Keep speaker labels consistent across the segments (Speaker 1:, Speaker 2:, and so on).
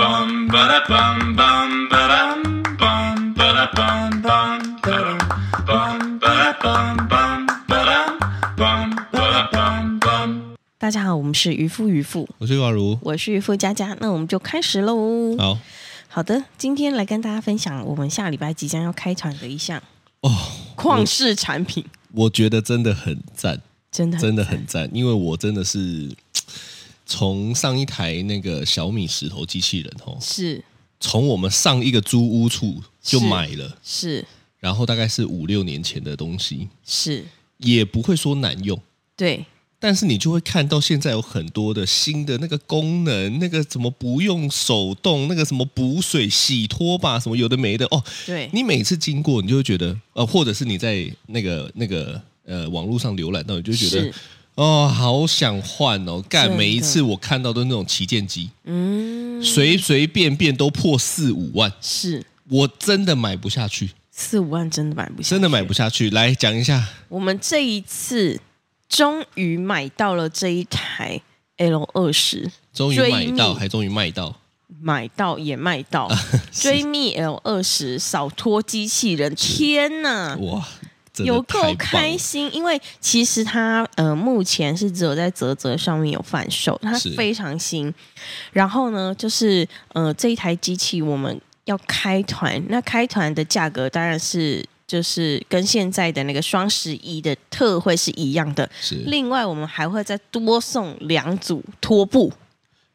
Speaker 1: bum ba da bum bum ba dum bum ba da bum bum ba dum bum ba da bum bum ba dum bum ba da bum bum.
Speaker 2: 大家好，我们是渔夫渔妇，
Speaker 3: 我是婉如。
Speaker 2: 我是渔夫佳佳，那我们就开始喽。
Speaker 3: 好
Speaker 2: 好的，今天来跟大家分享我们下礼拜即将要开团的一项
Speaker 3: 哦，
Speaker 2: 旷世产品，
Speaker 3: 我觉得真的很赞，
Speaker 2: 真的
Speaker 3: 真的很赞，因为我真的是从上一台那个小米石头机器人哦，
Speaker 2: 是
Speaker 3: 从我们上一个租屋处就是买了，
Speaker 2: 是
Speaker 3: 然后大概是五六年前的东西，
Speaker 2: 是，
Speaker 3: 也不会说难用。
Speaker 2: 对，
Speaker 3: 但是你就会看到现在有很多的新的那个功能，那个什么不用手动，那个什么补水洗拖把，什么有的没的哦。
Speaker 2: 对
Speaker 3: 你每次经过，你就会觉得，呃，或者是你在那个那个呃网络上浏览到，你就觉
Speaker 2: 是
Speaker 3: 得，哦，好想换哦！干
Speaker 2: 真的
Speaker 3: 每一次我看到都是那种旗舰机，
Speaker 2: 嗯，
Speaker 3: 随随便便都破四五万，
Speaker 2: 是
Speaker 3: 我真的买不下去，
Speaker 2: 四五万真的买不下，
Speaker 3: 真的买不。下去。来讲一下，
Speaker 2: 我们这一次终于买到了这一台 L 二十，
Speaker 3: 终于
Speaker 2: 追
Speaker 3: 买到，
Speaker 2: 觅
Speaker 3: 还终于卖到，
Speaker 2: 买到也卖 到，追觅 L 二十扫拖机器人，天呐！
Speaker 3: 哇！真的
Speaker 2: 有
Speaker 3: 太
Speaker 2: 够
Speaker 3: 棒
Speaker 2: 开
Speaker 3: 了
Speaker 2: 心，因为其实它呃目前是只有在泽泽上面有贩售，它
Speaker 3: 是
Speaker 2: 非常新。然后呢，就是呃这一台机器我们要开团，那开团的价格当然是就是跟现在的那个双十一的特惠是一样的。
Speaker 3: 是
Speaker 2: 另外，我们还会再多送两组拖布，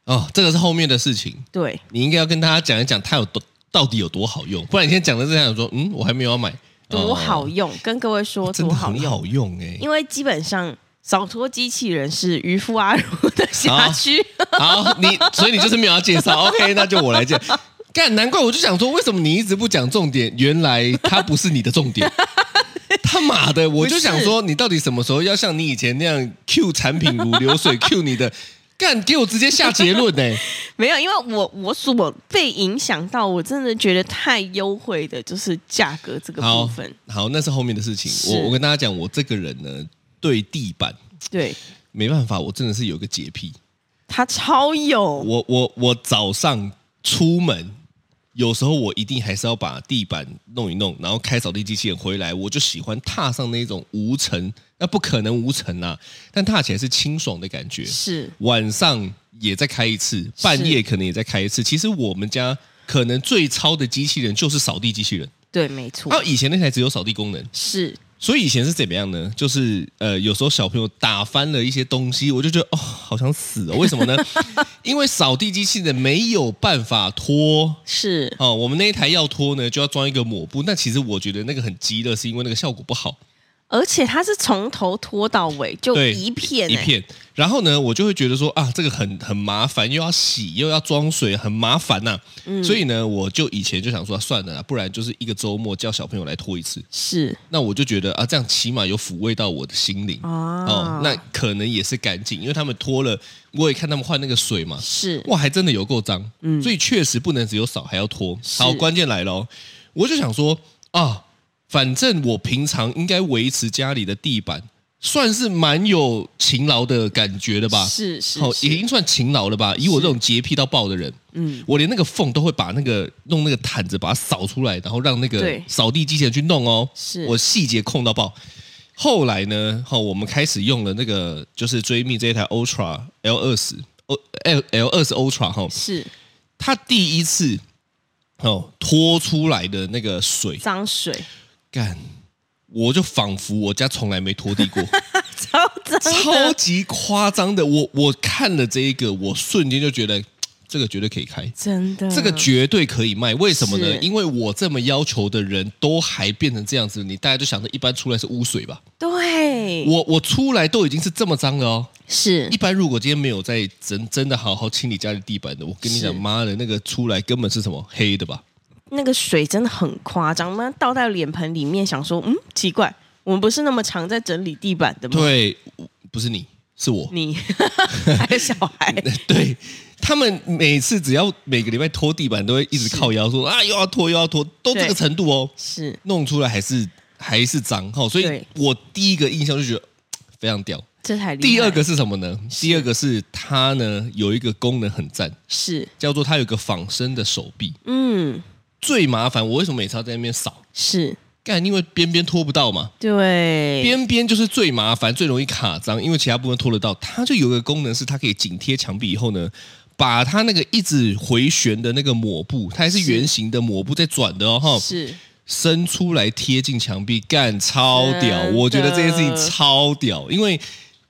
Speaker 3: 哦，这个是后面的事情，
Speaker 2: 对，
Speaker 3: 你应该要跟大家讲一讲它有多到底有多好用，不然你先讲的这样说，嗯，我还没有要买，
Speaker 2: 多好
Speaker 3: 用，
Speaker 2: 用，跟各位说
Speaker 3: 哦真
Speaker 2: 多
Speaker 3: 的
Speaker 2: 好
Speaker 3: 很
Speaker 2: 用，
Speaker 3: 好用哎、
Speaker 2: 因为基本上扫拖机器人是渔夫阿如的辖
Speaker 3: 好
Speaker 2: 区。
Speaker 3: 好，你所以你就是没有要介绍 ，OK，那就我来介。干，难怪我就想说，为什么你一直不讲重点？原来它不是你的 重点。他妈的，我就想说，你到底什么时候要像你以前那样 Q 产品如流 水 Q 你的？干，给我直接下结论呢、
Speaker 2: 没有，因为我我所被影响到，我真的觉得太优惠的，就是价格这个部
Speaker 3: 好
Speaker 2: 分。
Speaker 3: 好，那是后面的事情。
Speaker 2: 是
Speaker 3: 我我跟大家讲，我这个人呢，对地板
Speaker 2: 对，
Speaker 3: 没办法，我真的是有个洁癖。
Speaker 2: 它超有，
Speaker 3: 我我我早上出门，有时候我一定还是要把地板弄一弄，然后开扫地机器人回来，我就喜欢踏上那种无尘，那不可能无尘啊，但踏起来是清爽的感觉。
Speaker 2: 是
Speaker 3: 晚上也再开一次，半夜可能也再开一次。其实我们家可能最超的机器人就是扫地机器人，
Speaker 2: 对，没错，
Speaker 3: 哦，以前那台只有扫地功能，
Speaker 2: 是
Speaker 3: 所以以前是怎么样呢？就是呃，有时候小朋友打翻了一些东西，我就觉得哦，好想死哦。为什 么呢？因为扫地机器人没有办法拖
Speaker 2: 是
Speaker 3: 哦。我们那一台要拖呢，就要装一个抹布。那其实我觉得那个很鸡肋，是因为那个效果不好，
Speaker 2: 而且它是从头拖到尾，就
Speaker 3: 对，
Speaker 2: 一片、欸、
Speaker 3: 一片。然后呢，我就会觉得说啊，这个很很麻烦，又要洗又要装水，很麻烦呐、
Speaker 2: 嗯
Speaker 3: 所以呢，我就以前就想说、啊算了啦，不然就是一个周末叫小朋友来拖一次。
Speaker 2: 是
Speaker 3: 那我就觉得啊，这样起码有抚慰到我的心灵
Speaker 2: 啊
Speaker 3: 哦，那可能也是干净，因为他们拖了，我也看他们换那个水嘛，
Speaker 2: 是
Speaker 3: 哇，还真的有够脏，所以确实不能只有扫，还要拖。
Speaker 2: 是
Speaker 3: 好，关键来了哦，我就想说啊，反正我平常应该维持家里的地板，算是蛮有勤劳的感觉的吧。
Speaker 2: 是是
Speaker 3: 好，
Speaker 2: 是
Speaker 3: 已经算勤劳了吧？以我这种洁癖到爆的人，嗯，我连那个缝都会把那个用那个毯子把它扫出来，然后让那个
Speaker 2: 对
Speaker 3: 扫地机器人去弄哦。
Speaker 2: 是
Speaker 3: 我细节控到爆。后来呢，哈、我们开始用了那个就是追觅这一台 Ultra L 二十 O L L 二十 Ultra 哈、
Speaker 2: 是
Speaker 3: 它第一次哦拖出来的那个水
Speaker 2: 脏水，
Speaker 3: 干，我就仿佛我家从来没拖地过。
Speaker 2: 超脏
Speaker 3: 超
Speaker 2: 的，
Speaker 3: 级夸张的。我我看了这一个，我瞬间就觉得嘖这个绝对可以开，
Speaker 2: 真的，
Speaker 3: 这个绝对可以卖。为什么呢
Speaker 2: 嗯是？
Speaker 3: 因为我这么要求的人都还变成这样子，你大家就想着一般出来是污水吧？
Speaker 2: 对，
Speaker 3: 我我出来都已经是这么脏了哦。
Speaker 2: 是
Speaker 3: 一般如果今天没有在真真的好好清理家里地板的，我跟你
Speaker 2: 是
Speaker 3: 讲，妈的，那个出来根本是什么黑的吧？
Speaker 2: 那个水真的很夸张，那倒在脸盆里面，想说，嗯，奇怪，我们不是那么常在整理地板的吗？
Speaker 3: 对，我不是你，是我。
Speaker 2: 你还有小孩，
Speaker 3: 对他们每次只要每个礼拜拖地板，都会一直靠腰说啊，又要拖又要拖，都这
Speaker 2: 对
Speaker 3: 个程度哦，
Speaker 2: 是
Speaker 3: 弄出来还是还是脏哈、齁所以
Speaker 2: 对
Speaker 3: 我第一个印象就觉得嘖非常屌，
Speaker 2: 这才厉害
Speaker 3: 第 二个是什么呢？第二个是它呢有一个功能很赞，
Speaker 2: 是，
Speaker 3: 叫做它有一个仿生的手臂。
Speaker 2: 嗯，
Speaker 3: 最麻烦，我为什么每次要在那边扫？
Speaker 2: 是
Speaker 3: 干，因为边边拖不到嘛，
Speaker 2: 对，
Speaker 3: 边边就是最麻烦、最容易卡脏，因为其他部分拖得到。它就有一个功能是，它可以紧贴墙壁以后呢，把它那个一直回旋的那个抹布，它还是
Speaker 2: 是
Speaker 3: 圆形的抹布在转的哦，哈，
Speaker 2: 是
Speaker 3: 伸出来贴近墙壁，干超屌！
Speaker 2: 真的
Speaker 3: 我觉得这件事情超屌，因为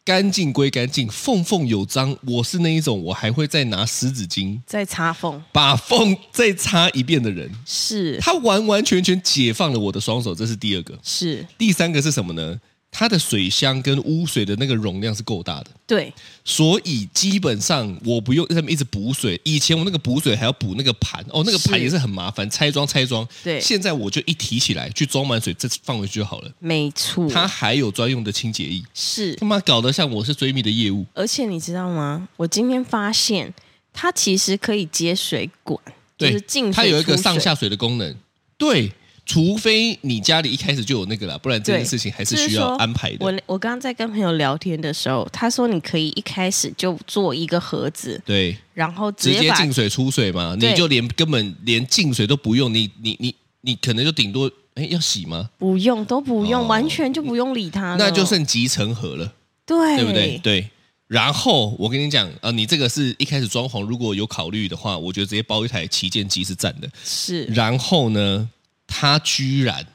Speaker 3: 干净归干净，缝缝有脏，我是那一种我还会再拿湿纸巾
Speaker 2: 在插缝，
Speaker 3: 把缝再擦一遍 的人。
Speaker 2: 是
Speaker 3: 它完完全全解放了我的双手，这是第二个。
Speaker 2: 是，
Speaker 3: 第三个是什么呢？它的水箱跟污水的那个容量是够大的，
Speaker 2: 对，
Speaker 3: 所以基本上我不用在那边一直补水。以前我那个补水还要补那个盘，哦，那个盘
Speaker 2: 是
Speaker 3: 也是很麻烦，拆装拆装。
Speaker 2: 对
Speaker 3: 现在我就一提起来，去装满水，再放回去就好了。
Speaker 2: 没错，
Speaker 3: 它还有专用的清洁液，
Speaker 2: 是
Speaker 3: 他妈搞得像我是追觅的业务。
Speaker 2: 而且你知道吗？我今天发现它其实可以接水管，就
Speaker 3: 对，
Speaker 2: 是进水
Speaker 3: 它有一个
Speaker 2: 出
Speaker 3: 上
Speaker 2: 水
Speaker 3: 下水的功能。对，除非你家里一开始就有那个啦，不然这件
Speaker 2: 对
Speaker 3: 事情还是
Speaker 2: 就是
Speaker 3: 需要
Speaker 2: 说
Speaker 3: 安排的。
Speaker 2: 我我刚刚在跟朋友聊天的时候，他说你可以一开始就做一个盒子，
Speaker 3: 对，
Speaker 2: 然后直
Speaker 3: 直接
Speaker 2: 接把
Speaker 3: 进水出水嘛，
Speaker 2: 对
Speaker 3: 你就连根本连进水都不用，你你你你可能就顶多哎要洗吗？
Speaker 2: 不用都不用，
Speaker 3: 哦
Speaker 2: 完全就不用理它了，
Speaker 3: 那就剩集成盒了，
Speaker 2: 对
Speaker 3: 对不
Speaker 2: 哎
Speaker 3: 对？对。然后我跟你讲啊、呃你这个是一开始装潢如果有考虑的话，我觉得直接包一台旗舰机是赞的。
Speaker 2: 是
Speaker 3: 然后呢，它居然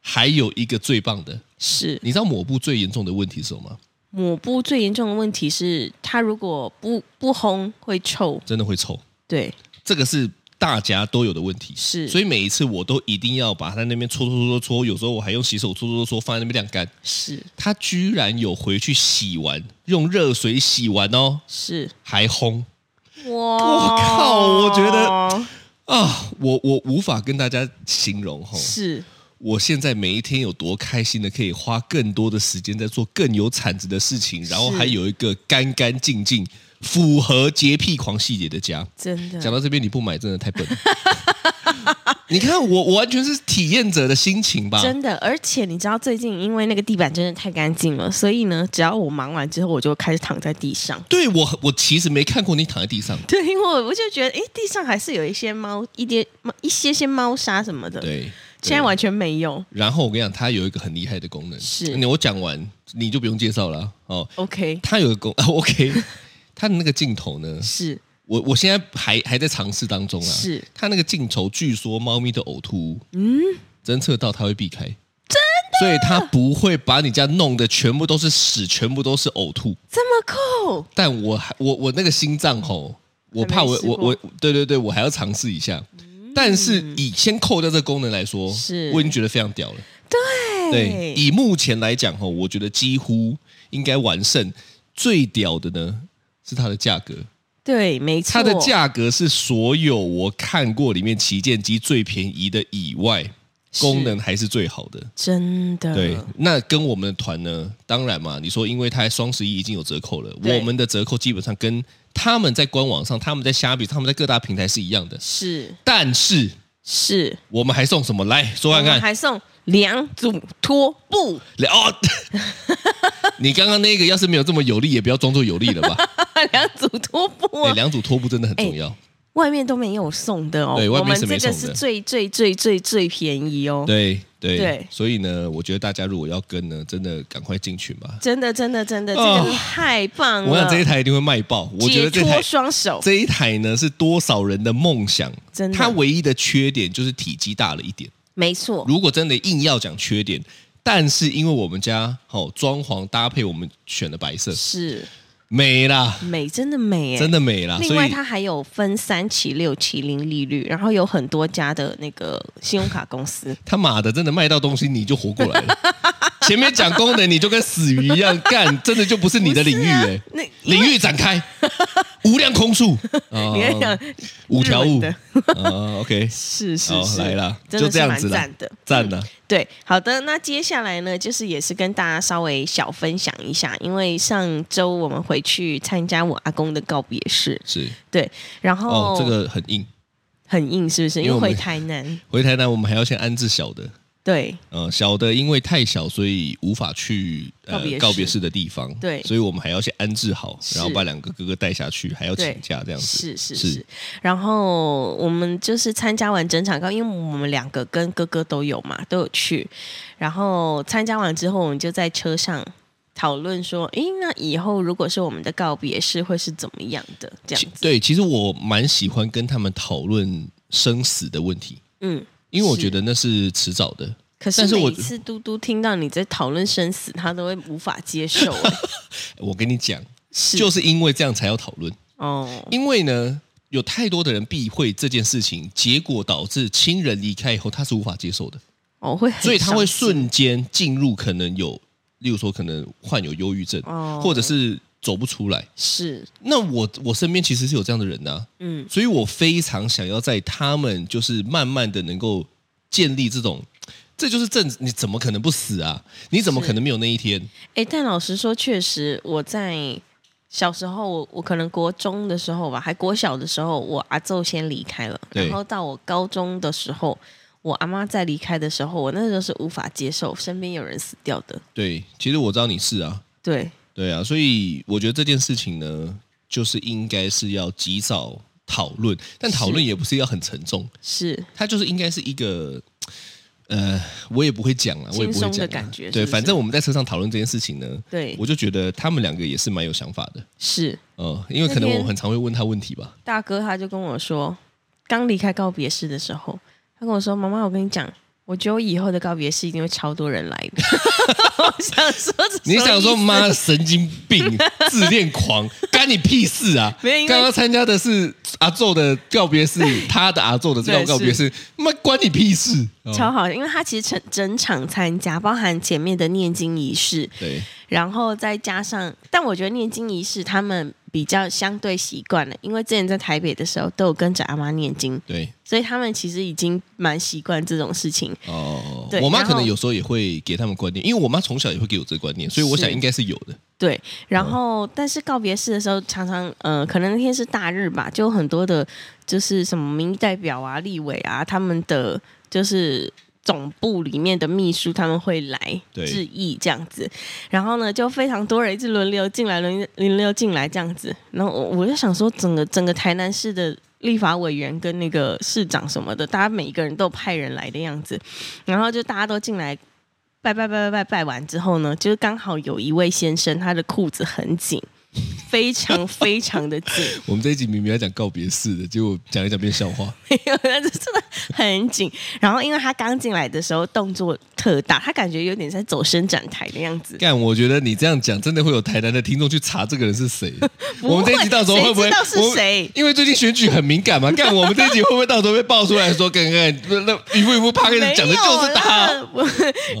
Speaker 3: 还有一个最棒的，
Speaker 2: 是
Speaker 3: 你知道抹布最严重的问题是什么吗？
Speaker 2: 抹布最严重的问题是，它如果不不烘会臭，
Speaker 3: 真的会臭，
Speaker 2: 对，
Speaker 3: 这个是大家都有的问题。
Speaker 2: 是，
Speaker 3: 所
Speaker 2: 以
Speaker 3: 以每一次我都一定要把它那边搓搓搓搓搓，有时候我还用洗手搓搓搓搓放在那边晾干。
Speaker 2: 是
Speaker 3: 它居然有回去洗完，用热水洗完哦，
Speaker 2: 是，
Speaker 3: 还烘
Speaker 2: 哇，
Speaker 3: 我靠我觉得啊！我我无法跟大家形容吼，
Speaker 2: 是
Speaker 3: 我现在每一天有多开心的，可以花更多的时间在做更有产值的事情，然后还有一个干干净净、符合洁癖狂细节的家。
Speaker 2: 真的，
Speaker 3: 讲到这边，你不买真的太笨 了。你看我，我完全是体验者的心情吧？
Speaker 2: 真的，而且你知道最近因为那个地板真的太干净了，所以呢，只要我忙完之后，我就开始躺在地上。
Speaker 3: 对我，我其实没看过你躺在地上。
Speaker 2: 对，因为我我就觉得，哎，地上还是有一些猫，一些一些些猫砂什么的。，
Speaker 3: 对，
Speaker 2: 现在完全没有。
Speaker 3: 然后我跟你讲，它有一个很厉害的功能，
Speaker 2: 是
Speaker 3: 你我讲完你就不用介绍了啊哦。
Speaker 2: OK，
Speaker 3: 它有一个功、 啊、，OK，它的那个镜头呢，
Speaker 2: 是
Speaker 3: 我我现在还还在尝试当中啊。
Speaker 2: 是，
Speaker 3: 它那个镜头据说猫咪的呕吐，嗯，侦测到它会避开，真的，所以它不会把你家弄得全部都是屎，全部都是呕吐。
Speaker 2: 这么酷，
Speaker 3: 但我还我我那个心脏吼，我怕我
Speaker 2: 还没
Speaker 3: 我
Speaker 2: 试过嗯
Speaker 3: 我对对对，我还要尝试一下。但是以先扣掉这个功能来说，
Speaker 2: 是哎
Speaker 3: 我已经觉得非常屌了。
Speaker 2: 对
Speaker 3: 对，以目前来讲吼，我觉得几乎应该完胜。最屌的呢是它的价格，
Speaker 2: 对，没错，
Speaker 3: 它的价格是所有我看过里面旗舰机最便宜的以外，功能还是最好的。
Speaker 2: 真的
Speaker 3: 对，那跟我们的团呢，当然嘛，你说因为它双十一已经有折扣了，
Speaker 2: 对
Speaker 3: 我们的折扣基本上跟他们在官网上、他们在虾比、他们在各大平台是一样的，
Speaker 2: 是
Speaker 3: 但是
Speaker 2: 是，
Speaker 3: 我们还送什么？来说
Speaker 2: 我
Speaker 3: 看
Speaker 2: 们
Speaker 3: 看，
Speaker 2: 还送两组拖布，
Speaker 3: 来哦，你刚刚那个要是没有这么有力，也不要装作有力了吧？
Speaker 2: 两组拖布
Speaker 3: 哎、
Speaker 2: 啊，
Speaker 3: 两组拖布真的很重要。
Speaker 2: 哎外面都没有送的哦。
Speaker 3: 对外
Speaker 2: 我
Speaker 3: 面
Speaker 2: 们
Speaker 3: 是没
Speaker 2: 这个
Speaker 3: 送
Speaker 2: 是
Speaker 3: 的
Speaker 2: 最最最最最便宜哦。
Speaker 3: 对对
Speaker 2: 对
Speaker 3: 所以呢，我觉得大家如果要跟呢，真的赶快进群吧。
Speaker 2: 真的，真的，真的，这
Speaker 3: 哦
Speaker 2: 个是太棒了！
Speaker 3: 我想这一台一定会卖爆，我觉得
Speaker 2: 嗯解
Speaker 3: 这台
Speaker 2: 脱双手，
Speaker 3: 这一台呢是多少人的梦想，
Speaker 2: 真的
Speaker 3: 它唯一的缺点就是体积大了一点。
Speaker 2: 没错，
Speaker 3: 如果真的硬要讲缺点，但是因为我们家哦装潢搭配我们选的白色
Speaker 2: 是
Speaker 3: 美啦，
Speaker 2: 美，真的美耶，
Speaker 3: 真的美啦，
Speaker 2: 另
Speaker 3: 所
Speaker 2: 外，
Speaker 3: 以
Speaker 2: 它还有分三期、六期零利率，然后有很多家的那个信用卡公司
Speaker 3: 他妈的真的卖到东西你就活过来了。前面讲功能你就跟死鱼一样干，真的就不是你的 领域哎、
Speaker 2: 啊那
Speaker 3: 领域展开，无量空数，
Speaker 2: 你在
Speaker 3: 哦
Speaker 2: 讲
Speaker 3: 五条
Speaker 2: 日文
Speaker 3: 悟
Speaker 2: 的，
Speaker 3: 哦 OK，
Speaker 2: 是是
Speaker 3: 好
Speaker 2: 是，
Speaker 3: 哦来啦，
Speaker 2: 真的
Speaker 3: 就是这样子
Speaker 2: 蛮
Speaker 3: 啦
Speaker 2: 赞的，
Speaker 3: 赞了，
Speaker 2: 对，好的，那接下来呢，就是也是跟大家稍微小分享一下，因为上周我们回去参加我阿公的告别式，
Speaker 3: 是
Speaker 2: 对，然后、
Speaker 3: 哦，这个很硬。
Speaker 2: 很硬是不是？
Speaker 3: 因为
Speaker 2: 因为
Speaker 3: 我们
Speaker 2: 回台南，
Speaker 3: 回台南，我们还要先安置小的，
Speaker 2: 对
Speaker 3: 呃，小的因为太小，所以无法去呃
Speaker 2: 告别式
Speaker 3: 告别式的地方，
Speaker 2: 对
Speaker 3: 所以我们还要先安置好，
Speaker 2: 是
Speaker 3: 然后把两个哥哥带下去，还要
Speaker 2: 对
Speaker 3: 请假这样子。
Speaker 2: 是是
Speaker 3: 是
Speaker 2: 是。然后我们就是参加完整场告，因为我们两个跟哥哥都有嘛，都有去。然后参加完之后，我们就在车上讨论说，诶，那以后如果是我们的告别式会是怎么样的？这样
Speaker 3: 其
Speaker 2: 子，
Speaker 3: 对，其实我蛮喜欢跟他们讨论生死的问题，
Speaker 2: 嗯。
Speaker 3: 因为我
Speaker 2: 是
Speaker 3: 觉得那是迟早的。
Speaker 2: 可是
Speaker 3: 但是
Speaker 2: 每
Speaker 3: 我
Speaker 2: 一次嘟嘟听到你在讨论生死，他都会无法接 受、欸诶
Speaker 3: 我跟你讲，
Speaker 2: 是
Speaker 3: 就是因为这样才要讨论，
Speaker 2: 哦，
Speaker 3: 因为呢，有太多的人避讳这件事情，结果导致亲人离开以后，他是无法接受的。
Speaker 2: 我哦会很
Speaker 3: 所以他会
Speaker 2: 伤心
Speaker 3: 瞬间进入可能有，例如说可能患有忧郁症，
Speaker 2: 哦
Speaker 3: 或者是走不出来。
Speaker 2: 是
Speaker 3: 那我我身边其实是有这样的人呐、啊
Speaker 2: 嗯
Speaker 3: 所以我非常想要在他们就是慢慢的能够建立这种，这就是正你怎么可能不死啊？你怎么可能没有那一天？
Speaker 2: 哎，但老实说，确实我在小时候，我我可能国中的时候吧，还国小的时候，我阿昼先离开了，
Speaker 3: 对
Speaker 2: 然后到我高中的时候，我阿妈在离开的时候，我那时候是无法接受身边有人死掉的，
Speaker 3: 对，其实我知道你是啊，
Speaker 2: 对，
Speaker 3: 对啊，所以我觉得这件事情呢，就是应该是要及早讨论，但讨论
Speaker 2: 是
Speaker 3: 也不是要很沉重，
Speaker 2: 是
Speaker 3: 它就是应该是一个，呃，我也不会讲啊，我也不会
Speaker 2: 轻松
Speaker 3: 讲
Speaker 2: 的
Speaker 3: 啊
Speaker 2: 感觉
Speaker 3: 对，
Speaker 2: 是不是
Speaker 3: 反正我们在车上讨论这件事情呢，
Speaker 2: 对
Speaker 3: 我就觉得他们两个也是蛮有想法的，
Speaker 2: 是，
Speaker 3: 呃，因为可能
Speaker 2: 那天
Speaker 3: 我很常会问他问题吧，
Speaker 2: 大哥他就跟我说，刚离开告别式的时候，他跟我说：“妈妈，我跟你讲，我觉得我以后的告别式一定会超多人来的。” 我想说，
Speaker 3: 你想说
Speaker 2: 吗？
Speaker 3: 妈神经 病、自恋狂，干你屁事啊！
Speaker 2: 没有因为
Speaker 3: 刚刚参加的是阿宙的告别式，他的阿宙的这
Speaker 2: 对
Speaker 3: 个告别式，妈关你屁事！哦
Speaker 2: 超好，因为他其实整整场参加，包含前面的念经仪式，
Speaker 3: 对，
Speaker 2: 然后再加上，但我觉得念经仪式他们比较相对习惯了，因为之前在台北的时候都有跟着阿妈念经，
Speaker 3: 对
Speaker 2: 所以他们其实已经蛮习惯这种事情。
Speaker 3: 哦
Speaker 2: 对，
Speaker 3: 我妈
Speaker 2: 然后
Speaker 3: 可能有时候也会给他们观念，因为我妈从小也会给我这个观念，所以我想
Speaker 2: 是
Speaker 3: 应该是有的。
Speaker 2: 对，然后、但是告别式的时候，常常呃，可能那天是大日吧，就很多的，就是什么民意代表啊、立委啊，他们的就是总部里面的秘书他们会来
Speaker 3: 对
Speaker 2: 致意这样子，然后呢，就非常多人一直轮流进来，轮轮流进来这样子，然后我我就想说，整个整个台南市的。立法委员跟那个市长什么的，大家每一个人都派人来的样子，然后就大家都进来拜拜拜拜拜拜完之后呢，就是刚好有一位先生，他的裤子很紧，非常非常的紧，
Speaker 3: 我们这一集明明要讲告别式的，结果讲一讲变笑话。
Speaker 2: 没有，他就真的很紧。然后因为他刚进来的时候动作特大，他感觉有点在走伸展台的样子。
Speaker 3: 干，我觉得你这样讲，真的会有台南的听众去查这个人是谁。
Speaker 2: 不会
Speaker 3: 我们这一集到时候会不会
Speaker 2: 谁知道是
Speaker 3: 我们
Speaker 2: 谁
Speaker 3: 因为最近选举很敏感嘛，干，我们这一集会不会到时候被爆出来说，干干那那一步一步趴开始讲的就是他？
Speaker 2: 没有啦。我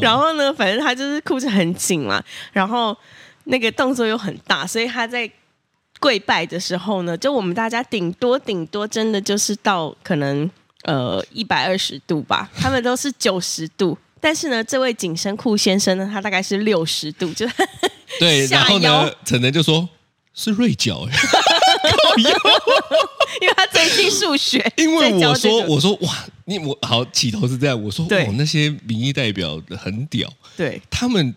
Speaker 2: 然后呢，反正他就是裤子很紧嘛，然后那个动作又很大，所以他在跪拜的时候呢，就我们大家顶多顶多真的就是到可能呃一百二十度吧，他们都是九十度。但是呢，这位紧身裤先生呢，他大概是六十度，就是 他
Speaker 3: 对，
Speaker 2: 下
Speaker 3: 然后呢
Speaker 2: 腰，
Speaker 3: 陈晨就说是锐角、欸，，
Speaker 2: 因为他最近数学
Speaker 3: 因为
Speaker 2: 在教
Speaker 3: 我
Speaker 2: 这
Speaker 3: 说
Speaker 2: 个
Speaker 3: 我说哇，你我好起头是这样，我说
Speaker 2: 对
Speaker 3: 哦那些民意代表很屌，
Speaker 2: 对
Speaker 3: 他们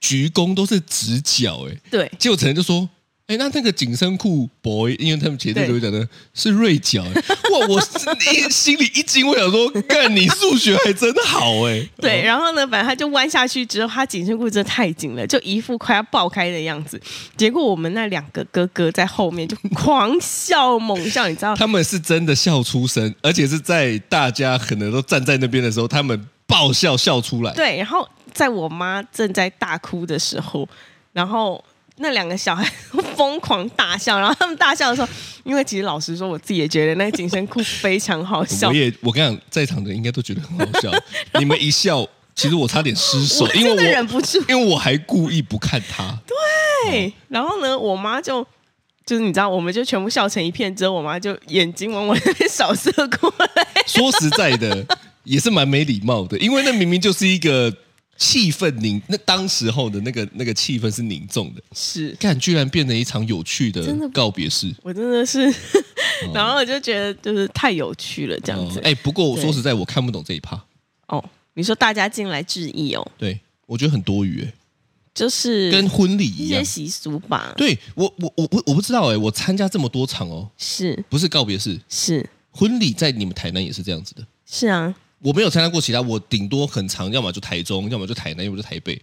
Speaker 3: 鞠躬都是直角、欸，哎，
Speaker 2: 对
Speaker 3: 结果陈就说：“哎、那那个紧身裤 boy，因为他们前阵子
Speaker 2: 对
Speaker 3: 有讲的是锐角、欸，哇！我是一心里一惊，我想说，干你数学还真好哎、欸。
Speaker 2: 对，
Speaker 3: 哦，
Speaker 2: 然后呢，反正他就弯下去之后，他紧身裤真的太紧了，就一副快要爆开的样子。结果我们那两个哥哥在后面就狂笑猛笑，你知道？
Speaker 3: 他们是真的笑出声，而且是在大家可能都站在那边的时候，他们爆笑笑出来。
Speaker 2: 对，然后在我妈正在大哭的时候，然后。那两个小孩 疯狂大笑，然后他们大笑的时候，因为其实老实说，我自己也觉得那个紧身裤非常好笑
Speaker 3: 我，也，我跟你讲，在场的应该都觉得很 好笑。你们一笑，其实我差点失手
Speaker 2: 我，
Speaker 3: 因
Speaker 2: 真的
Speaker 3: 为
Speaker 2: 忍
Speaker 3: 我嗯
Speaker 2: 不住。
Speaker 3: 因为我还故意不看他。
Speaker 2: 对，然后呢，我妈就就是你知道，我们就全部笑成一片，之后我妈就眼睛往我那边扫射过来。
Speaker 3: 说实在 的，也是蛮没礼貌的，因为那明明就是一个气氛凝，那当时候的那个那个气氛是凝重的，
Speaker 2: 是
Speaker 3: 看居然变成一场有趣
Speaker 2: 真的
Speaker 3: 的告别式，
Speaker 2: 我真的是， 然后我就觉得就是太有趣了，这样子
Speaker 3: 嗯哦。哎、不过
Speaker 2: 对
Speaker 3: 说实在，我看不懂这一趴。
Speaker 2: 哦，你说大家进来致意哦，
Speaker 3: 对，我觉得很多余、欸，
Speaker 2: 就是
Speaker 3: 跟婚礼
Speaker 2: 一
Speaker 3: 一
Speaker 2: 些
Speaker 3: 样。
Speaker 2: 习俗吧。
Speaker 3: 对我，我我我我不知道哎、我参加这么多场哦，
Speaker 2: 是
Speaker 3: 不是告别式，
Speaker 2: 是
Speaker 3: 婚礼在你们台南也是这样子的。
Speaker 2: 是啊，
Speaker 3: 我没有参加过其他，我顶多很长，要么就台中，要么就台南，要么就台北。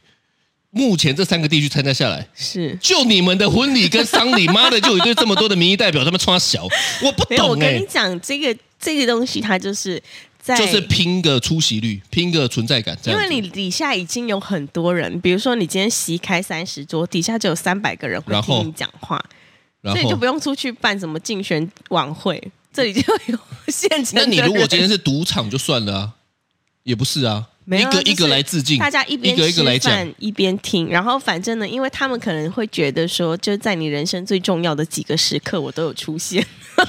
Speaker 3: 目前这三个地区参加下来，
Speaker 2: 是。
Speaker 3: 就你们的婚礼跟丧礼，妈的，就有一堆这么多的民意代表，他们穿 小，我不
Speaker 2: 没有，我
Speaker 3: 懂哎、
Speaker 2: 跟你讲，这个这个东西它就是在，
Speaker 3: 就是拼个出席率，拼个存在感，这
Speaker 2: 因
Speaker 3: 样子
Speaker 2: 为你底下已经有很多人，比如说你今天席开三十桌，底下就有三百个人会
Speaker 3: 然后
Speaker 2: 听你讲话，
Speaker 3: 然
Speaker 2: 所以就
Speaker 3: 后
Speaker 2: 不。用出去办什么竞选晚会，这里就有现成的
Speaker 3: 那
Speaker 2: 人。
Speaker 3: 你如果今天是赌场就算了啊，也不是啊，
Speaker 2: 没
Speaker 3: 一
Speaker 2: 有啊
Speaker 3: 个一
Speaker 2: 就
Speaker 3: 个
Speaker 2: 是
Speaker 3: 来致敬，
Speaker 2: 大家一边
Speaker 3: 一个一个来
Speaker 2: 吃 饭
Speaker 3: 讲，
Speaker 2: 一边听，然后反正呢，因为他们可能会觉得说，就在你人生最重要的几个时刻，我都有出现。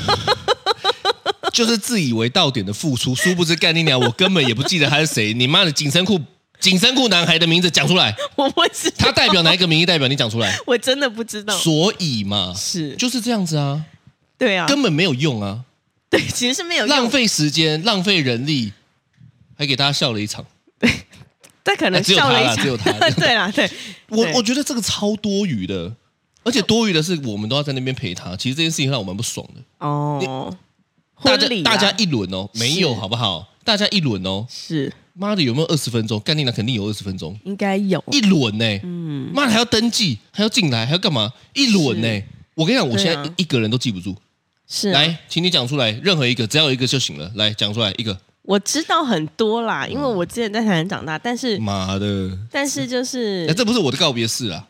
Speaker 3: 就是自以为到点的付出，殊不知干你娘，我根本也不记得他是谁，你妈的紧身裤紧身裤男孩的名字讲出来，
Speaker 2: 我不知道，
Speaker 3: 他代表哪一个名义代表，你讲出来，
Speaker 2: 我真的不知道，
Speaker 3: 所以嘛，
Speaker 2: 是
Speaker 3: 就是这样子啊，
Speaker 2: 对啊，
Speaker 3: 根本没有用啊，
Speaker 2: 对，其实是没有用
Speaker 3: 浪费时间，浪费人力，还给大家笑了一场。
Speaker 2: 但可能
Speaker 3: 啊只有
Speaker 2: 笑了
Speaker 3: 他
Speaker 2: 一
Speaker 3: 啦
Speaker 2: 场，
Speaker 3: 只 有他
Speaker 2: 对啦，对，
Speaker 3: 我
Speaker 2: 对
Speaker 3: 我觉得这个超多余的，而且多余的是我们都要在那边陪他。其实这件事情让我蛮不爽的。
Speaker 2: 哦，
Speaker 3: 大
Speaker 2: 婚
Speaker 3: 家
Speaker 2: 礼啦
Speaker 3: 大家一轮哦，没有
Speaker 2: 是
Speaker 3: 好不好？大家一轮哦，
Speaker 2: 是
Speaker 3: 妈的有没有二十分钟？干你娘肯定有二十分钟，
Speaker 2: 应该有，
Speaker 3: 一轮呢、
Speaker 2: 嗯
Speaker 3: 妈的还要登记，还要进来，还要干嘛？一轮呢、我跟你讲，我
Speaker 2: 对
Speaker 3: 现
Speaker 2: 啊
Speaker 3: 在一一个人都记不住。
Speaker 2: 是啊
Speaker 3: 来，请你讲出来，任何一个，只要有一个就行了。来讲出来一个，
Speaker 2: 我知道很多啦，因为我之前在台南长大，但是
Speaker 3: 妈的，
Speaker 2: 但是就是
Speaker 3: 那、嗯哎这不是我的告别式 啊，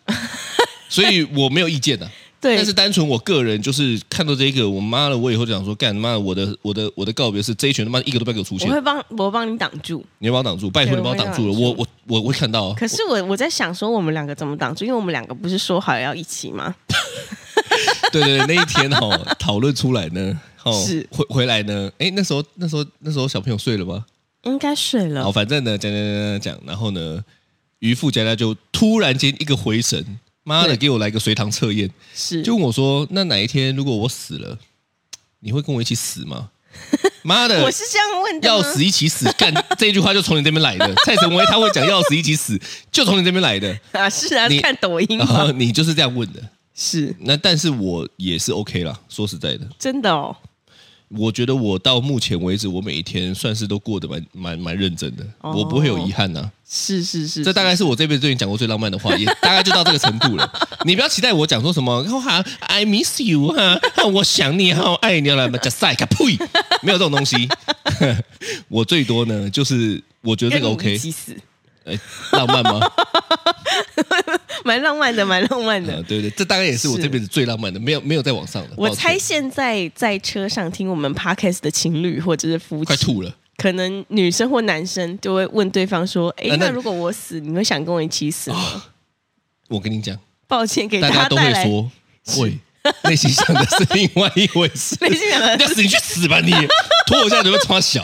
Speaker 3: 所以我没有意见的、啊
Speaker 2: 对
Speaker 3: 但是单纯我个人就是看到这个，我妈的，我以后就想说，干妈的，我的我的我的告别式这一群他妈一个都不要给我出
Speaker 2: 我
Speaker 3: 现，
Speaker 2: 会帮我帮你挡住，
Speaker 3: 你要把我挡住，拜托
Speaker 2: 对
Speaker 3: 你把我
Speaker 2: 我会
Speaker 3: 挡住了，
Speaker 2: 挡住
Speaker 3: 我我我我会看到、啊。
Speaker 2: 可是我我在想说我们两个怎么挡住，因为我们两个不是说好要一起吗？
Speaker 3: 对对对，那一天哦，讨论出来呢，哦，
Speaker 2: 是
Speaker 3: 回回来呢，哎，那时候那时候那时候小朋友睡了吗？
Speaker 2: 应该睡
Speaker 3: 好，
Speaker 2: 了，
Speaker 3: 反正呢，讲讲讲讲讲，然后呢，渔夫家家就突然间一个回神，妈的，
Speaker 2: 对
Speaker 3: 给我来个随堂测验，
Speaker 2: 是
Speaker 3: 就问我说，那哪一天如果我死了，你会跟我一起死吗？妈的
Speaker 2: 我，是这样问的吗，
Speaker 3: 要死一 起死，干这句话就从你这边来的。蔡成威他会讲要死一起死，就从你这边来的，
Speaker 2: 啊，是啊
Speaker 3: 你，
Speaker 2: 看抖音
Speaker 3: 然
Speaker 2: 嘛
Speaker 3: 后，你就是这样问的。
Speaker 2: 是
Speaker 3: 那但是我也是 OK 啦，说实在的，
Speaker 2: 真的哦，
Speaker 3: 我觉得我到目前为止，我每一天算是都过得蛮蛮蛮认真的，
Speaker 2: 哦
Speaker 3: 我不会有遗憾呐、啊
Speaker 2: 是是是，
Speaker 3: 这大
Speaker 2: 是
Speaker 3: 概是我这辈子对你讲过最浪漫的话，也 大概就到这个程度了。你不要期待我讲说什么，哈，I miss you 哈，哈我想你，哈，爱你了，加塞卡呸，没有这种东西。 我最多呢，就是我觉得这个
Speaker 2: 跟你
Speaker 3: OK，
Speaker 2: 一起死，
Speaker 3: 哎，浪漫吗？
Speaker 2: 蛮浪漫的，蛮浪漫的
Speaker 3: 啊，。对对，这大概也是我
Speaker 2: 是
Speaker 3: 这辈子最浪漫的，没有没有再往上了。
Speaker 2: 我
Speaker 3: 抱歉
Speaker 2: 猜现在在车上听我们 podcast 的情侣或者是夫
Speaker 3: 快
Speaker 2: 妻，
Speaker 3: 吐了。
Speaker 2: 可能女生或男生就会问对方说：“哎
Speaker 3: 啊，那
Speaker 2: 那如果我死，你会想跟我一起死吗
Speaker 3: 我跟你讲，？”
Speaker 2: 抱歉，给
Speaker 3: 大家
Speaker 2: 家
Speaker 3: 都
Speaker 2: 带
Speaker 3: 会
Speaker 2: 来，
Speaker 3: 说，喂，内心想的是另外一回事。
Speaker 2: 内心想的
Speaker 3: 要死你去死吧你！拖我下准备穿小。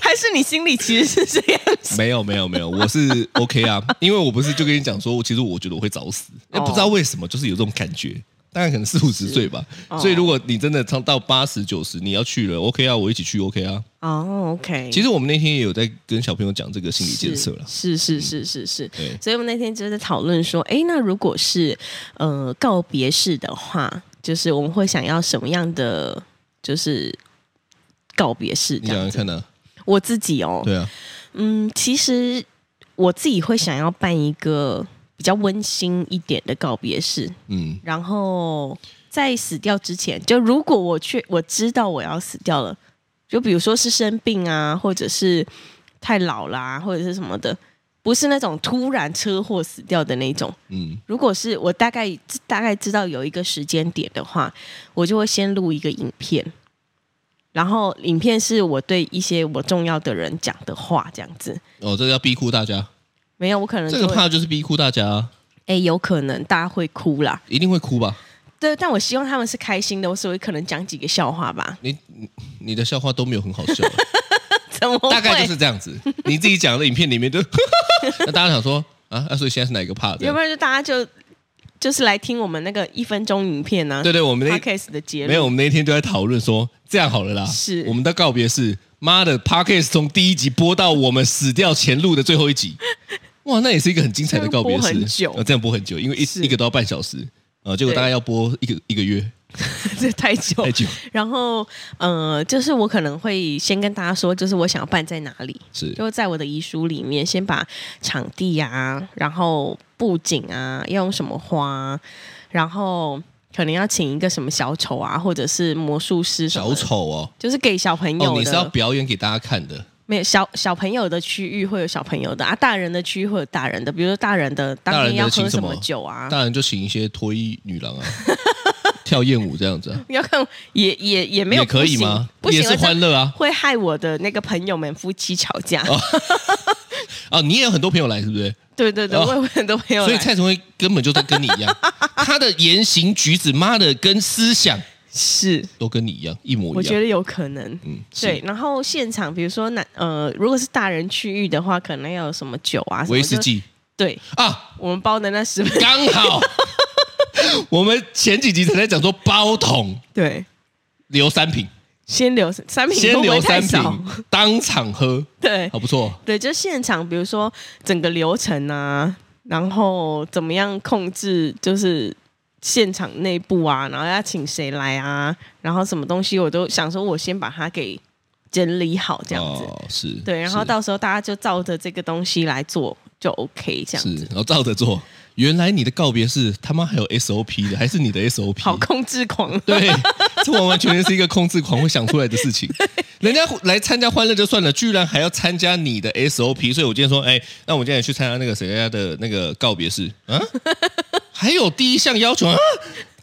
Speaker 2: 还是你心里其实是这样想
Speaker 3: 没有没有没有，我是 OK 啊，因为我不是就跟你讲说，我其实我觉得我会早死，
Speaker 2: 哦
Speaker 3: 不知道为什么，就是有这种感觉。大概可能四五十岁吧，
Speaker 2: 哦
Speaker 3: 所以如果你真的唱到八十九十，你要去了，OK 啊，我一起去，OK 啊。
Speaker 2: 哦，OK，
Speaker 3: 其实我们那天也有在跟小朋友讲这个心理建设了，嗯
Speaker 2: 是是是是是
Speaker 3: 对
Speaker 2: 所以我们那天就在讨论说，哎，那如果是呃告别式的话，就是我们会想要什么样的，就是告别式这
Speaker 3: 你想
Speaker 2: 样
Speaker 3: 想
Speaker 2: 子。
Speaker 3: 看呢、啊？
Speaker 2: 我自己哦，
Speaker 3: 对啊，
Speaker 2: 嗯，其实我自己会想要办一个比较温馨一点的告别式，
Speaker 3: 嗯，
Speaker 2: 然后在死掉之前，就如果我去我知道我要死掉了，就比如说是生病啊，或者是太老啦、或者是什么的，不是那种突然车祸死掉的那种。
Speaker 3: 嗯，
Speaker 2: 如果是我大概大概知道有一个时间点的话，我就会先录一个影片，然后影片是我对一些我重要的人讲的话，这样子。
Speaker 3: 哦，这个要逼哭大家，
Speaker 2: 没有，我可能
Speaker 3: 这
Speaker 2: 嗯
Speaker 3: 个
Speaker 2: 就会
Speaker 3: 怕就是逼哭大家、啊，
Speaker 2: 哎，有可能大家会哭啦。
Speaker 3: 一定会哭吧？
Speaker 2: 对，但我希望他们是开心的，所以可能讲几个笑话吧。
Speaker 3: 你你你的笑话都没有很好 笑，啊
Speaker 2: 怎么会
Speaker 3: 大概就是这样子。你自己讲的影片里面就， 那大家想说啊，啊所以现在是哪一个怕？这
Speaker 2: 要
Speaker 3: 样
Speaker 2: 不然就大家就就是来听我们那个一分钟影片呢、啊。
Speaker 3: 对对，我们那
Speaker 2: podcast 的节目
Speaker 3: 没有，我们那一天就在讨论说，这样好了啦，
Speaker 2: 是
Speaker 3: 我们的告别是，妈的 p a r k a s 从第一集播到我们死掉前录的最后 一集，哇，那也是一个很精彩的告别式，
Speaker 2: 这样播很久
Speaker 3: 呃这样播很久，因为一
Speaker 2: 是
Speaker 3: 一个都要半小时，呃，结果大概要播一个一个月，
Speaker 2: 这太久
Speaker 3: 太。久，
Speaker 2: 然后，呃，就是我可能会先跟大家说，就是我想要办在哪里，
Speaker 3: 是
Speaker 2: 就在我的遗书里面，先把场地啊，然后布景啊，要用什么花啊，然后可能要请一个什么小丑啊，或者是魔术师什么
Speaker 3: 小
Speaker 2: 的，
Speaker 3: 丑哦，
Speaker 2: 就是给小朋
Speaker 3: 哦，
Speaker 2: 友
Speaker 3: 你是要
Speaker 2: 的，
Speaker 3: 表演给大家看的，
Speaker 2: 没有小小朋友的区域会有小朋友的啊，大人的区域会有大人的，比如说大人的当
Speaker 3: 大人
Speaker 2: 天
Speaker 3: 的
Speaker 2: 要喝
Speaker 3: 请什
Speaker 2: 么
Speaker 3: 么
Speaker 2: 酒啊，
Speaker 3: 当然就请一些脱衣女郎啊， 跳艳舞这样子啊，
Speaker 2: 要看也也也没有
Speaker 3: 也可以
Speaker 2: 不行
Speaker 3: 吗？
Speaker 2: 不行，
Speaker 3: 也是
Speaker 2: 这样
Speaker 3: 欢乐哦啊，
Speaker 2: 会害我的那个朋友们夫妻吵架。
Speaker 3: 啊，你也有很多朋友来是不是？
Speaker 2: 对对对，
Speaker 3: 哦
Speaker 2: 我有很多朋友来，
Speaker 3: 所以蔡崇威根本就在跟你一样， 他的言行举止，妈的，跟思想
Speaker 2: 是
Speaker 3: 都跟你一样，一模一样。
Speaker 2: 我觉得有可能。
Speaker 3: 嗯，是
Speaker 2: 对，然后现场比如说男呃，如果是大人区域的话，可能要有什么酒啊，什么
Speaker 3: 威士
Speaker 2: 就。
Speaker 3: 忌
Speaker 2: 对，
Speaker 3: 啊，
Speaker 2: 我们包的那十分，
Speaker 3: 刚好。 我们前几集才在讲说包桶
Speaker 2: 对，
Speaker 3: 留三 瓶，
Speaker 2: 先留三瓶，
Speaker 3: 先留三
Speaker 2: 少？
Speaker 3: 瓶，当场喝，
Speaker 2: 对
Speaker 3: 好不错。
Speaker 2: 对，就现场，比如说整个流程啊，然后怎么样控制，就是现场内部啊，然后要请谁来啊，然后什么东西，我都想说，我先把它给整理好这样子。
Speaker 3: 哦，是
Speaker 2: 对，然后
Speaker 3: 是
Speaker 2: 到时候大家就照着这个东西来做，就 OK 这样
Speaker 3: 是
Speaker 2: 子，，
Speaker 3: 然后照着做。原来你的告别是他妈还有 SOP 的，还是你的 SOP？
Speaker 2: 好控制狂。
Speaker 3: 对，这完完全全是一个控制狂会想出来的事情。人家来参加欢乐就算了，居然还要参加你的 SOP，所以我今天说，哎，那我今天也去参加那个谁家的那个告别式 啊？还有第一项要求啊，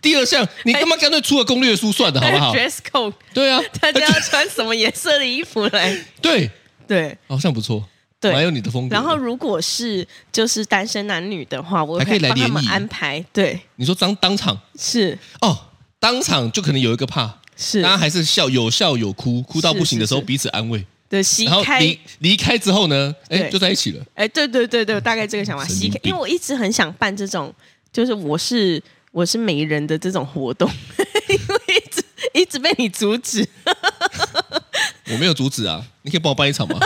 Speaker 3: 第二项你他妈干脆出个攻略书算了，好不 好？
Speaker 2: dress code，
Speaker 3: 对啊，
Speaker 2: 大家要穿什么颜色的衣服 来？
Speaker 3: 对，
Speaker 2: 对
Speaker 3: 好像不错，
Speaker 2: 对
Speaker 3: 蛮有你的风格的。
Speaker 2: 然后如果是就是单身男女的话，我
Speaker 3: 还可以来
Speaker 2: 帮他们
Speaker 3: 联谊
Speaker 2: 安排。对，
Speaker 3: 你说当当场
Speaker 2: 是
Speaker 3: 哦，当场就可能有一个怕，
Speaker 2: 是
Speaker 3: 大，家还是笑有笑有哭，哭到
Speaker 2: 是
Speaker 3: 不行的
Speaker 2: 是
Speaker 3: 时候
Speaker 2: 是
Speaker 3: 彼此安慰，
Speaker 2: 对，席
Speaker 3: 然后
Speaker 2: 开。
Speaker 3: 离离开之后呢，哎，
Speaker 2: 对
Speaker 3: 就在一起了。
Speaker 2: 哎，对对对对，我大概这个想法。
Speaker 3: 神
Speaker 2: 席
Speaker 3: 经
Speaker 2: 开，
Speaker 3: 病
Speaker 2: 因为我一直很想办这种，就是我是我是媒人的这种活动， 因为一直一直被你阻止。
Speaker 3: 我没有阻止啊，你可以帮我办 一场吗？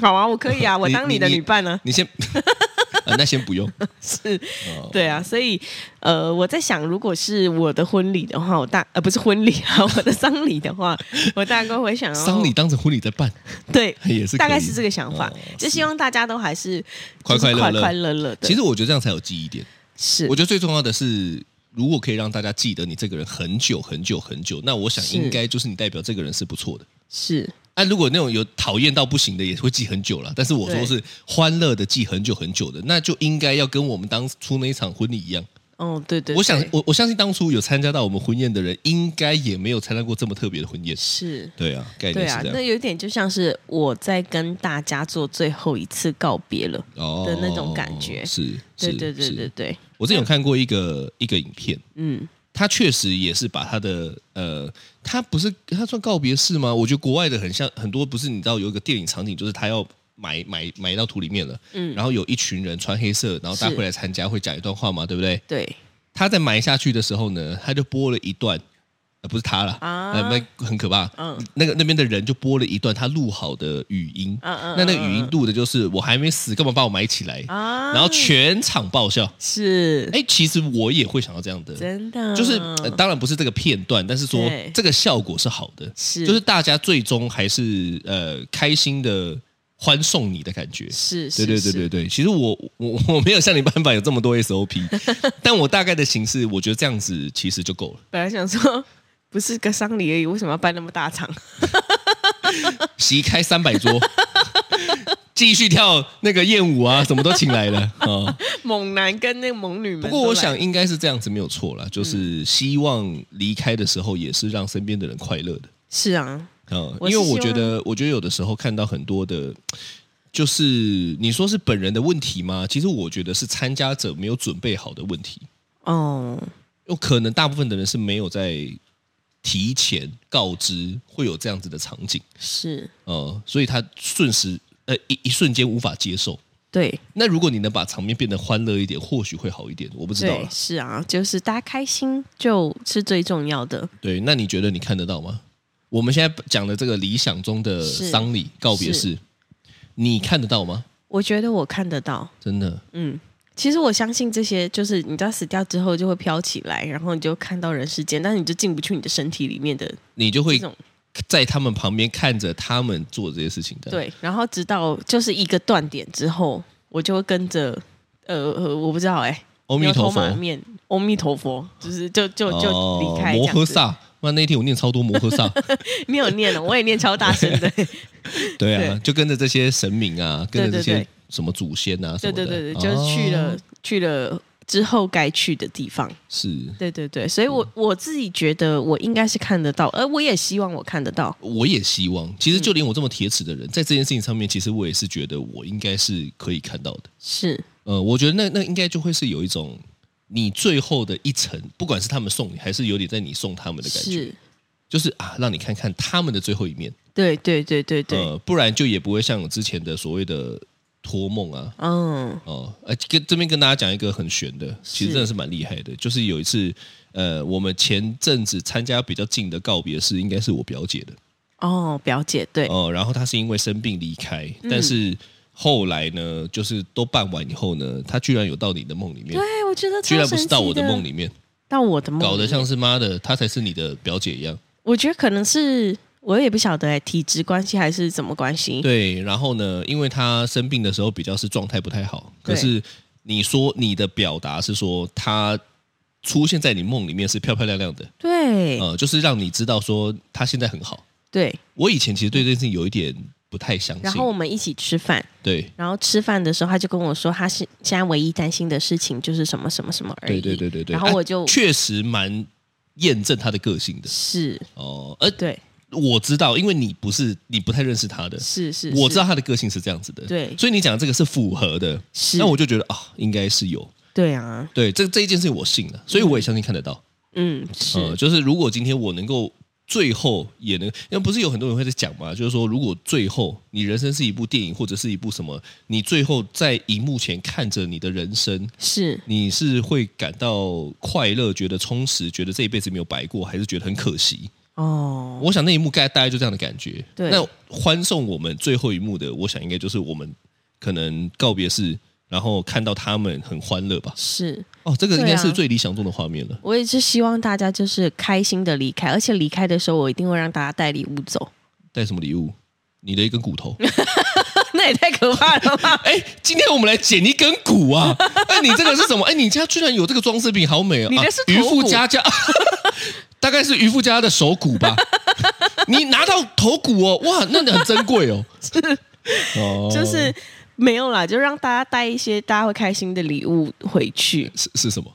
Speaker 2: 好啊，我可以啊，我
Speaker 3: 你
Speaker 2: 当你的
Speaker 3: 你
Speaker 2: 女伴呢、
Speaker 3: 你先， 啊、那先不用。
Speaker 2: 是。
Speaker 3: 哦、
Speaker 2: 对啊，所以呃，我在想，如果是我的婚礼的话，我大呃不是婚礼啊，我的丧礼的 话，我大概会想要
Speaker 3: 丧礼当成婚礼在办，
Speaker 2: 对，
Speaker 3: 也是可以
Speaker 2: 大概是这个想法，
Speaker 3: 哦
Speaker 2: 就希望大家都还是
Speaker 3: 快
Speaker 2: 就是
Speaker 3: 快乐
Speaker 2: 快
Speaker 3: 乐
Speaker 2: 快乐乐的。
Speaker 3: 其实我觉得这样才有记忆点。
Speaker 2: 是
Speaker 3: 我觉得最重要的是，如果可以让大家记得你这个人很久很久很久，那我想
Speaker 2: 是
Speaker 3: 应该就是你代表这个人是不错的。
Speaker 2: 是
Speaker 3: 啊，如果那种有讨厌到不行的，也会记很久了。但是我说
Speaker 2: 对
Speaker 3: 是欢乐的记很久很久的，那就应该要跟我们当初那一场婚礼一样。
Speaker 2: 哦，对对
Speaker 3: 我想
Speaker 2: 对，
Speaker 3: 我我相信当初有参加到我们婚宴的人，应该也没有参加过这么特别的婚宴。
Speaker 2: 是。
Speaker 3: 对啊，概
Speaker 2: 对
Speaker 3: 念是
Speaker 2: 啊
Speaker 3: 这，样
Speaker 2: 那。有点就像是我在跟大家做最后一次告别了。
Speaker 3: 哦
Speaker 2: 的那种感觉
Speaker 3: 是，
Speaker 2: 对
Speaker 3: 是
Speaker 2: 对对
Speaker 3: 是
Speaker 2: 对对，
Speaker 3: 我之前有看过一个一个影片，
Speaker 2: 嗯，
Speaker 3: 他确实也是把他的呃，他不是他算告别式吗？我觉得国外的很像很多，不是你知道有一个电影场景，就是他要埋埋埋到土里面了，
Speaker 2: 嗯
Speaker 3: 然后有一群人穿黑色，然后大
Speaker 2: 是
Speaker 3: 家会来参加，会讲一段话嘛，对不对？
Speaker 2: 对，
Speaker 3: 他在埋下去的时候呢，他就播了一段。呃、不是他了，
Speaker 2: 啊
Speaker 3: 呃，那很可怕。
Speaker 2: 嗯
Speaker 3: 那个那边的人就播了一段他录好的语音，
Speaker 2: 嗯嗯
Speaker 3: 那那个语
Speaker 2: 嗯
Speaker 3: 音
Speaker 2: 嗯
Speaker 3: 录的就是我还没死，干嘛把我埋起来？
Speaker 2: 啊，
Speaker 3: 然后全场爆笑。
Speaker 2: 是
Speaker 3: 哎，其实我也会想到这样的，
Speaker 2: 真的，
Speaker 3: 就是、呃当然不是这个片段，但是说
Speaker 2: 对
Speaker 3: 这个效果是好的，
Speaker 2: 是
Speaker 3: 就是大家最终还是呃开心的欢送你的感觉。
Speaker 2: 是
Speaker 3: 对
Speaker 2: 是
Speaker 3: 对对
Speaker 2: 是
Speaker 3: 对对，其实我我我没有像你办法有这么多 SOP，但我大概的形式，我觉得这样子其实就够了。
Speaker 2: 本来想说不是个丧礼而已，为什么要办那么大场？
Speaker 3: 席开三百桌， 继续跳那个艳舞啊，什么都请 来了啊。哦
Speaker 2: 猛男跟那个猛女们。
Speaker 3: 不过我想，应该是这样子没有错啦，
Speaker 2: 嗯
Speaker 3: 就是希望离开的时候也是让身边的人快乐的。
Speaker 2: 是啊，
Speaker 3: 嗯，
Speaker 2: 我
Speaker 3: 因
Speaker 2: 是
Speaker 3: 为
Speaker 2: 希
Speaker 3: 我
Speaker 2: 望
Speaker 3: 觉得，我觉得有的时候看到很多的，就是你说是本人的问题吗？其实我觉得是参加者没有准备好的问题，
Speaker 2: 哦，
Speaker 3: 有可能大部分的人是没有在提前告知会有这样子的场景，
Speaker 2: 是
Speaker 3: 呃，所以他瞬时呃一一瞬间无法接受。
Speaker 2: 对
Speaker 3: 那如果你能把场面变得欢乐一点，或许会好一点，我不知道
Speaker 2: 对
Speaker 3: 了。
Speaker 2: 是啊，就是大家开心就是最重要的。
Speaker 3: 对，那你觉得你看得到吗？我们现在讲的这个理想中的
Speaker 2: 是
Speaker 3: 丧礼告别式，你看得到吗？
Speaker 2: 我觉得我看得到，
Speaker 3: 真的，
Speaker 2: 嗯，其实我相信这些，就是你知道死掉之后就会飘起来，然后你就看到人世间，但是你就进不去你的身体里面的
Speaker 3: 你就
Speaker 2: 这
Speaker 3: 会
Speaker 2: 种
Speaker 3: 在他们旁边看着他们做这些事情的。，
Speaker 2: 对，然后直到就是一个断点之后，我就会跟着呃呃，我不知道哎、欸，
Speaker 3: 阿弥陀
Speaker 2: 牛头
Speaker 3: 佛
Speaker 2: 马，面，阿弥陀佛，就是就就就
Speaker 3: 哦
Speaker 2: 离开、
Speaker 3: 摩
Speaker 2: 这
Speaker 3: 诃
Speaker 2: 样子。
Speaker 3: 萨。那那一天我念超多摩诃萨，
Speaker 2: 你有念了，我也念超大声 的，
Speaker 3: 对啊，
Speaker 2: 对
Speaker 3: 就跟着这些神明啊，
Speaker 2: 对
Speaker 3: 跟着
Speaker 2: 对
Speaker 3: 这些
Speaker 2: 对
Speaker 3: 什么祖先啊，
Speaker 2: 对
Speaker 3: 什么的
Speaker 2: 对对对，就是去了、
Speaker 3: 哦
Speaker 2: 去了之后该去的地方。
Speaker 3: 是
Speaker 2: 对对对，所以
Speaker 3: 嗯
Speaker 2: 我我自己觉得我应该是看得到，而我也希望我看得到。
Speaker 3: 我也希望，
Speaker 2: 嗯
Speaker 3: 其实就连我这么铁齿的人，在这件事情上面，其实我也是觉得我应该是可以看到的。
Speaker 2: 是，
Speaker 3: 呃，我觉得那那应该就会是有一种你最后的一程，不管是他们送你，还是有点在你送他们的感觉，
Speaker 2: 是，
Speaker 3: 就是啊，让你看看他们的最后一面。
Speaker 2: 对对对对对，
Speaker 3: 呃，不然就也不会像之前的所谓的托梦啊，
Speaker 2: 嗯，
Speaker 3: 哦，呃，跟这边跟大家讲一个很悬的，其实
Speaker 2: 是
Speaker 3: 真的是蛮厉害的。就是有一次，呃，我们前阵子参加比较近的告别式，应该是我表姐的
Speaker 2: 哦，表姐，对，
Speaker 3: 哦，然后她是因为生病离开，
Speaker 2: 嗯
Speaker 3: 但是后来呢，就是都办完以后呢，她居然有到你的梦里面，
Speaker 2: 对我觉得
Speaker 3: 居
Speaker 2: 超
Speaker 3: 然
Speaker 2: 神
Speaker 3: 不
Speaker 2: 奇
Speaker 3: 是到我的梦，里面，
Speaker 2: 到我的梦，
Speaker 3: 搞得像，是妈的，她才是你的表姐一样。
Speaker 2: 我觉得可能是我也不晓得哎、体质关系还是怎么关系？
Speaker 3: 对，然后呢，因为她生病的时候比较是状态不太好，可
Speaker 2: 对
Speaker 3: 是你说你的表达是说她出现在你梦里面是漂漂亮亮的。
Speaker 2: 对
Speaker 3: 呃，就是让你知道说他现在很好。
Speaker 2: 对，
Speaker 3: 我以前其实对这件事情有一点不太相信，
Speaker 2: 然后我们一起吃饭，
Speaker 3: 对
Speaker 2: 然后吃饭的时候他就跟我说，他是现在唯一担心的事情就是什么什么什么而已，
Speaker 3: 对对对对对，
Speaker 2: 然后
Speaker 3: 啊
Speaker 2: 我就、
Speaker 3: 确实蛮验证他的个性的
Speaker 2: 是，
Speaker 3: 哦，而
Speaker 2: 对，
Speaker 3: 我知道，因为你不是你不太认识他的，
Speaker 2: 是是，
Speaker 3: 我知道
Speaker 2: 是，
Speaker 3: 他的个性是这样子的，
Speaker 2: 对
Speaker 3: 所以你讲这个是符合的，
Speaker 2: 是
Speaker 3: 那我就觉得啊，应该是有。
Speaker 2: 对啊，
Speaker 3: 对，这这一件事情我信了，所以我也相信看得到。
Speaker 2: 嗯，是，
Speaker 3: 呃，就是如果今天我能够最后也能，因为不是有很多人会在讲嘛，就是说，如果最后你人生是一部电影或者是一部什么，你最后在荧幕前看着你的人生，
Speaker 2: 是
Speaker 3: 你是会感到快乐、觉得充实、觉得这一辈子没有白过，还是觉得很可惜？
Speaker 2: 哦，
Speaker 3: 我想那一幕该大概就这样的感觉。
Speaker 2: 对
Speaker 3: 那欢送我们最后一幕的，我想应该就是我们可能告别式。然后看到他们很欢乐吧？
Speaker 2: 是。
Speaker 3: 哦，这个应该
Speaker 2: 对
Speaker 3: 是
Speaker 2: 啊
Speaker 3: 最理想中的画面了。
Speaker 2: 我也是希望大家就是开心的离开，而且离开的时候我一定会让大家带礼物走，
Speaker 3: 带什么礼物？你的一根骨头。
Speaker 2: 那也太可怕了吧！
Speaker 3: 哎，今天我们来捡一根 骨啊！哎，你这个是什么？哎，你家居然有这个装饰品，好美哦！
Speaker 2: 你的是
Speaker 3: 啊渔
Speaker 2: 头
Speaker 3: 夫
Speaker 2: 骨
Speaker 3: 家家， 大概是渔夫家的手骨 吧？你拿到头骨哦，哇，那你很珍贵哦。哦，
Speaker 2: 就是没有啦，就让大家带一些大家会开心的礼物回去。
Speaker 3: 是是什么？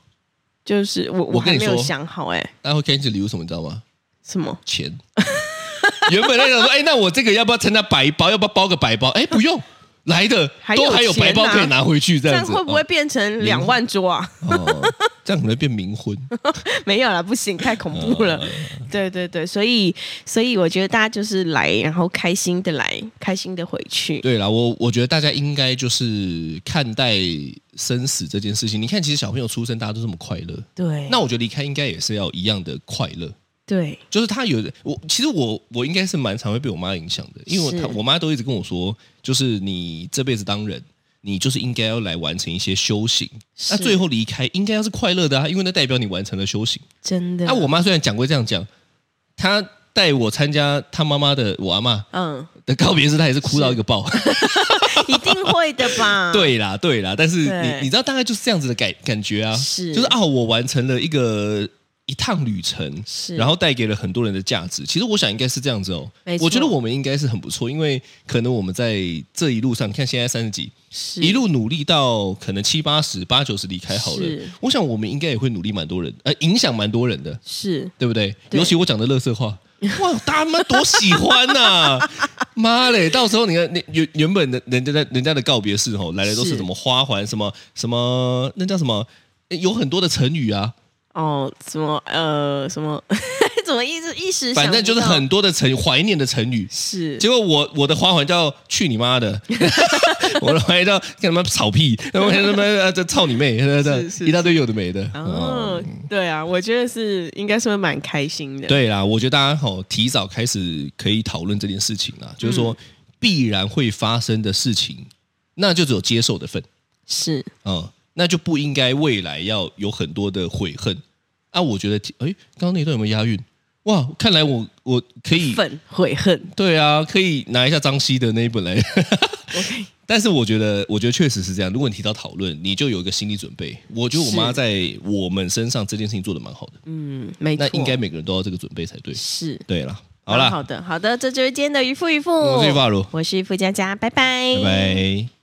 Speaker 2: 就是我
Speaker 3: 我
Speaker 2: 我
Speaker 3: 跟
Speaker 2: 还
Speaker 3: 你
Speaker 2: 没有
Speaker 3: 说
Speaker 2: 想好哎、
Speaker 3: 大家会开心礼物什么？你知道吗？
Speaker 2: 什么？
Speaker 3: 钱。 原本在想说，哎，那我这个要不要参加白包？要不要包个白包？哎，不用，来的
Speaker 2: 还
Speaker 3: 都
Speaker 2: 有
Speaker 3: 还有白
Speaker 2: 钱
Speaker 3: 包
Speaker 2: 拿
Speaker 3: 可以拿回去，
Speaker 2: 这
Speaker 3: 这样
Speaker 2: 样
Speaker 3: 子
Speaker 2: 会不会？变成两万桌啊？
Speaker 3: 哦，哦这样可能会变冥婚。
Speaker 2: 没有啦，不行，太恐怖了。
Speaker 3: 哦
Speaker 2: 对对对，所以所以我觉得大家就是来，然后开心的来，开心的回去。
Speaker 3: 对啦，我我觉得大家应该就是看待生死这件事情。你看，其实小朋友出生，大家都这么快乐，
Speaker 2: 对，
Speaker 3: 那我觉得离开应该也是要一样的快乐。
Speaker 2: 对
Speaker 3: 就是他有我，其实我我应该是蛮常会被我妈影响的，因为我
Speaker 2: 是
Speaker 3: 她我妈都一直跟我说，就是你这辈子当人，你就是应该要来完成一些修行。那
Speaker 2: 是
Speaker 3: 最后离开应该要是快乐的啊，因为那代表你完成了修行。
Speaker 2: 真的，
Speaker 3: 那、啊我妈虽然讲过这样讲，她带我参加她妈妈的我阿妈
Speaker 2: 嗯，
Speaker 3: 的告别式，她也是哭到一个爆。
Speaker 2: 一定会的吧？
Speaker 3: 对啦，对啦，但是
Speaker 2: 啊对
Speaker 3: 你你知道大概就是这样子的感感觉啊，
Speaker 2: 是
Speaker 3: 就是啊，我完成了一个一趟旅程，
Speaker 2: 是
Speaker 3: 然后带给了很多人的价值。其实我想应该是这样子哦
Speaker 2: 没，错
Speaker 3: 我觉得我们应该是很不错，因为可能我们在这一路上，你看现在三十几，
Speaker 2: 是
Speaker 3: 一路努力到可能七八十、八九十离开好了
Speaker 2: 是，
Speaker 3: 我想我们应该也会努力蛮多人，呃，影响蛮多人的。
Speaker 2: 是
Speaker 3: 对不对？
Speaker 2: 对
Speaker 3: 尤其我讲的乐色话， 哇，大家妈多喜欢呐、 妈嘞，到时候你看，你原原本的人家在人家的告别式哦，来的都是
Speaker 2: 是
Speaker 3: 什么花环，什么什么，那叫什么？诶有很多的成语啊，
Speaker 2: 哦，什么呃什么 怎么一直一时想
Speaker 3: 反
Speaker 2: 不
Speaker 3: 正就是
Speaker 2: 到
Speaker 3: 很多的成语怀念的成语。
Speaker 2: 是
Speaker 3: 结果我我的花环叫去你 妈的，我的花环叫干什么草屁，然后什么呃这操你妹，呃这
Speaker 2: 是是
Speaker 3: 一大堆有的没的。嗯
Speaker 2: 哦，对啊，我觉得是应该是会蛮开心的。
Speaker 3: 对啦，我觉得大家好提早开始可以讨论这件事情啦，
Speaker 2: 嗯
Speaker 3: 就是说必然会发生的事情，那就只有接受的份，
Speaker 2: 是
Speaker 3: 嗯，那就不应该未来要有很多的悔恨啊。我觉得，哎，刚刚那段有没有押韵？哇，看来我我可以
Speaker 2: 愤悔恨
Speaker 3: 对啊，可以拿一下张希的那一本来。
Speaker 2: ，OK，
Speaker 3: 但是我觉得，我觉得确实是这样。如果你提到讨论，你就有一个心理准备。我觉得我妈
Speaker 2: 是
Speaker 3: 在我们身上这件事情做的蛮好的，
Speaker 2: 嗯，没错，
Speaker 3: 那应该每个人都要这个准备才对。
Speaker 2: 是
Speaker 3: 对啦，好
Speaker 2: 蛮
Speaker 3: 啦，
Speaker 2: 好的，好的，这就是今天的渔夫渔妇，
Speaker 3: 我是玉发如，
Speaker 2: 我是付佳佳，拜拜，
Speaker 3: 拜拜。